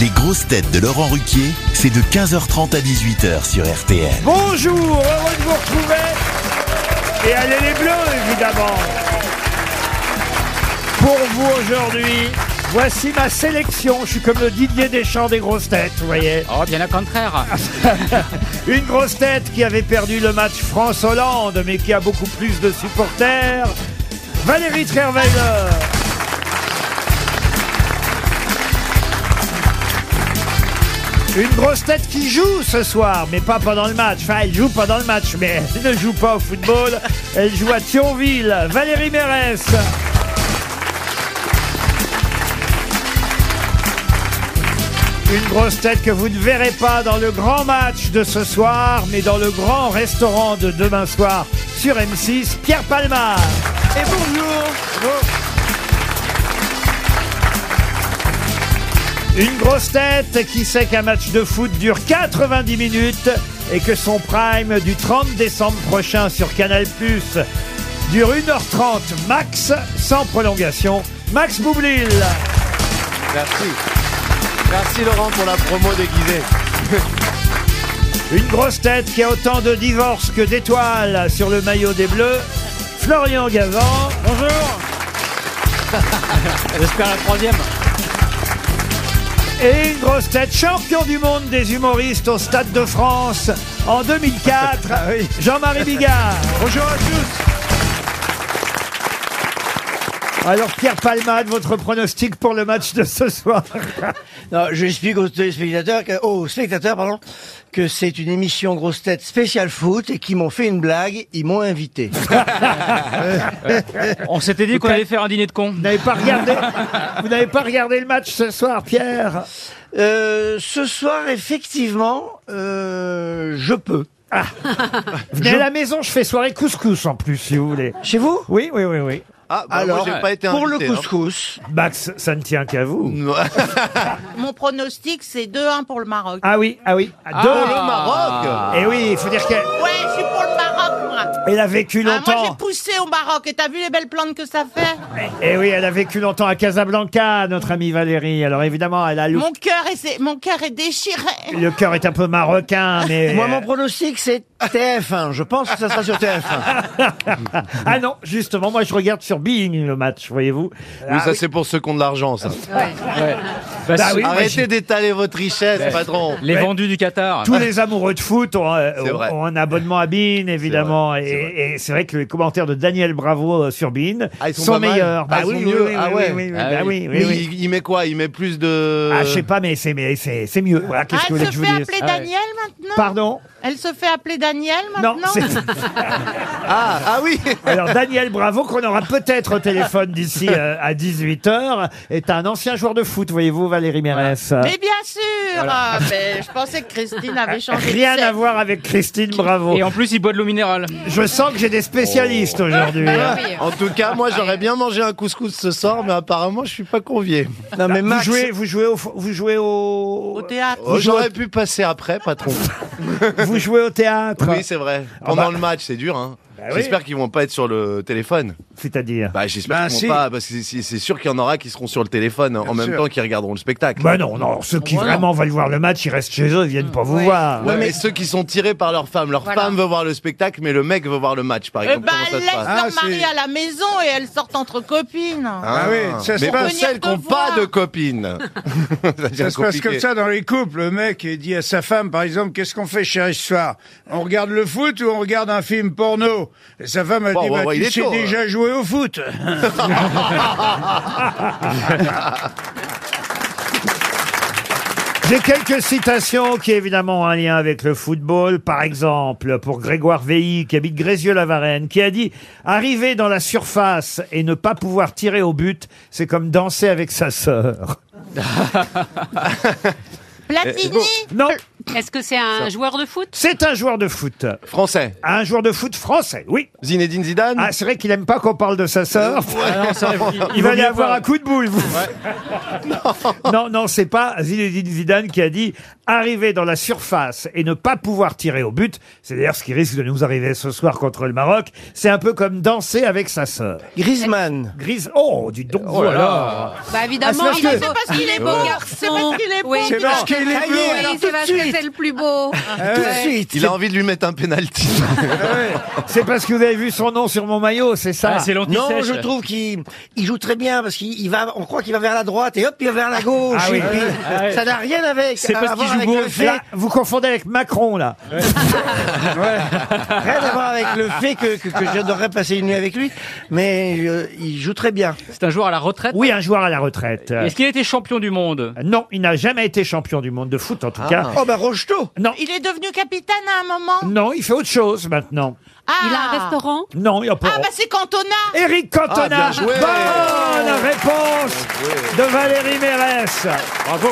Les grosses têtes de Laurent Ruquier, c'est de 15h30 à 18h sur RTL. Bonjour, heureux de vous retrouver. Et allez les bleus, évidemment. Pour vous aujourd'hui, voici ma sélection. Je suis comme le Didier Deschamps des grosses têtes, vous voyez. Oh, bien au contraire. Une grosse tête qui avait perdu le match France-Hollande, mais qui a beaucoup plus de supporters. Valérie Trierweiler. Une grosse tête qui joue ce soir, mais pas pendant le match. Enfin, elle joue pendant le match, mais elle ne joue pas au football. Elle joue à Thionville. Valérie Mérès. Une grosse tête que vous ne verrez pas dans le grand match de ce soir, mais dans le grand restaurant de demain soir sur M6, Pierre Palma. Et bonjour. Une grosse tête qui sait qu'un match de foot dure 90 minutes et que son prime du 30 décembre prochain sur Canal Plus dure 1h30 max, sans prolongation. Max Boublil. Merci. Merci Laurent pour la promo déguisée. Une grosse tête qui a autant de divorces que d'étoiles sur le maillot des Bleus, Florian Gavant. Bonjour. J'espère la troisième. Et une grosse tête, champion du monde des humoristes au Stade de France en 2004, Jean-Marie Bigard. Ah Bonjour à tous. Alors Pierre Palmade, votre pronostic pour le match de ce soir Non, j'explique aux téléspectateurs, que, oh, aux spectateurs, pardon, que c'est une émission grosse tête spéciale foot et qu'ils m'ont fait une blague, ils m'ont invité. On s'était dit qu'on allait faire un dîner de cons. Vous n'avez pas regardé, vous n'avez pas regardé le match ce soir, Pierre Euh, ce soir, effectivement, euh, je peux. Venez à la maison, je fais soirée couscous en plus, si vous voulez. Chez vous Oui, oui, oui, oui. Ah, bah, Alors, moi j'ai pas été pour le invité, hein. couscous, Max, ça ne tient qu'à vous. Non. Mon pronostic, c'est 2-1 pour le Maroc. Ah oui, ah oui. Deux. le Ah. Maroc Et oui, il faut dire qu'elle Ouais, je suis pour le Maroc, moi. elle a vécu Ah, moi, j'ai longtemps. poussé au Maroc. Et t'as vu les belles plantes que ça fait Et Eh oui, elle a vécu longtemps à Casablanca, notre amie Valérie. Alors évidemment, elle a le, Mon cœur est, c'est- mon cœur est déchiré. le cœur est un peu marocain, mais moi mon pronostic c'est TF1, je pense que ça sera sur TF1. ah non, justement, moi je regarde sur Being le match, voyez-vous. Oui, ça c'est pour ceux qui ont de l'argent, ça. Ah, Bah, Bah ce- oui, moi, Arrêtez d'étaler votre richesse, patron. Les vendus du Qatar. Tous les amoureux de foot ont, euh, C'est ont- vrai. ont un abonnement à Bean, évidemment. vrai, c'est et et c'est vrai que les commentaires de Daniel Bravo euh, sur Bean Ah, ils sont sont, pas mal. meilleurs. Bah Ah, ils sont mieux. Ah euh, ouais. oui, oui, Ah bah oui. oui, oui, Mais oui. il, il met quoi Il met plus de. Ah, je sais pas, mais c'est mais c'est c'est mieux. Voilà, Ah, Qu'est-ce que vous elle voulez se que je vous fait dise appeler Ah ouais. Daniel maintenant Pardon Elle se fait appeler Daniel Non, maintenant c'est- Ah, ah oui alors Daniel Bravo, qu'on aura peut-être au téléphone d'ici euh, à 18h, est un ancien joueur de foot, voyez-vous, Valérie Mérès. Euh, Mais bien sûr Ah, mais Je pensais que Christine avait changé de Ah, Rien à sexe. voir avec Christine Bravo. Et en plus, il boit de l'eau minérale. Je sens que j'ai des spécialistes aujourd'hui. hein. En tout cas, moi j'aurais bien mangé un couscous ce soir, mais apparemment je suis pas convié. Non mais Vous Max, jouez, vous jouez au, vous jouez Au au, théâtre. Oh, j'aurais pu passer après, patron. vous jouez au théâtre. Oui, c'est vrai. Ah Pendant bah. le match, c'est dur. Hein. oui. J'espère qu'ils vont pas être sur le téléphone. C'est-à-dire. Bah, j'espère Bah, qu'ils vont si. pas, parce que c'est- c'est sûr qu'il y en aura qui seront sur le téléphone en même sûr. temps qu'ils regarderont le spectacle. Bah non, non. Ceux qui Voilà. vraiment veulent voir le match, ils restent chez eux, ils viennent pas vous voir. Ouais, mais... ceux qui sont tirés par leur femme, leur femme veut voir le spectacle, mais le mec veut voir le match, par Eh exemple. ben, Comment elle ça laisse se passe Ah, leur mari c'est- à la maison et elles sortent entre copines. Ah oui, ça se mais pour passe- celles qui n'ont Venir te voir. pas de copines. ça devient Ça se passe compliqué. comme ça dans les couples. Le mec il dit à sa femme, par exemple, qu'est-ce qu'on fait chérie ce soir On regarde le foot ou on regarde un film porno Et sa femme a Bon, dit, bon, bah, bon, il tu est sais chaud, hein. déjà jouer au foot. J'ai quelques citations qui évidemment ont un lien avec le football. Par exemple, pour Grégoire Veilly, qui habite Grézieux-la-Varenne, qui a dit « Arriver dans la surface et ne pas pouvoir tirer au but, c'est comme danser avec sa sœur. eh, Platini Non, Est-ce que c'est un joueur de foot C'est un joueur de foot. Français. Un joueur de foot français, oui. Zinedine Zidane Ah, c'est vrai qu'il aime pas qu'on parle de sa sœur. Ah non, ça, Il va vaut y mieux avoir pas. un coup de boule, vous. non, non, c'est pas Zinedine Zidane qui a dit arriver dans la surface et ne pas pouvoir tirer au but. C'est d'ailleurs ce qui risque de nous arriver ce soir contre le Maroc. C'est un peu comme danser avec sa sœur. Griezmann. Grise. Oh, du don. Oh là là Bah évidemment, Ah, c'est il est parce beau. Il est beau garçon. C'est parce qu'il est beau. C'est parce qu'il est Ça y bleu, est, alors Ah, Oui, tout c'est de parce que suite. Ah. c'est le plus beau. Tout de suite. Il a envie de lui mettre un pénalty. C'est parce que vous avez vu son nom sur mon maillot, c'est ça Ah, c'est l'antisèche. Non, je trouve qu'il il joue très bien parce qu'il il va, on croit qu'il va vers la droite et hop, il va vers la gauche. Ah oui. et puis, Ah ouais. Ça n'a rien avec. C'est à parce voir qu'il joue avec beau. le fait, Là, vous confondez avec Macron, là. rien à voir avec le fait que, que, que j'adorerais passer une nuit avec lui, mais euh, il joue très bien. C'est un joueur à la retraite. Oui, un joueur à la retraite. Est-ce qu'il a été champion du monde Non, il n'a jamais été champion du monde de foot, en tout Ah. cas. Oh bah Rocheteau Non, Il est devenu capitaine à un moment. non, il fait autre chose maintenant. Ah. Il a un restaurant Non, il n'a pas. Ah bah c'est Cantona. Eric Cantona. Ah, bien joué. Bonne réponse de Valérie Mérès. Bravo.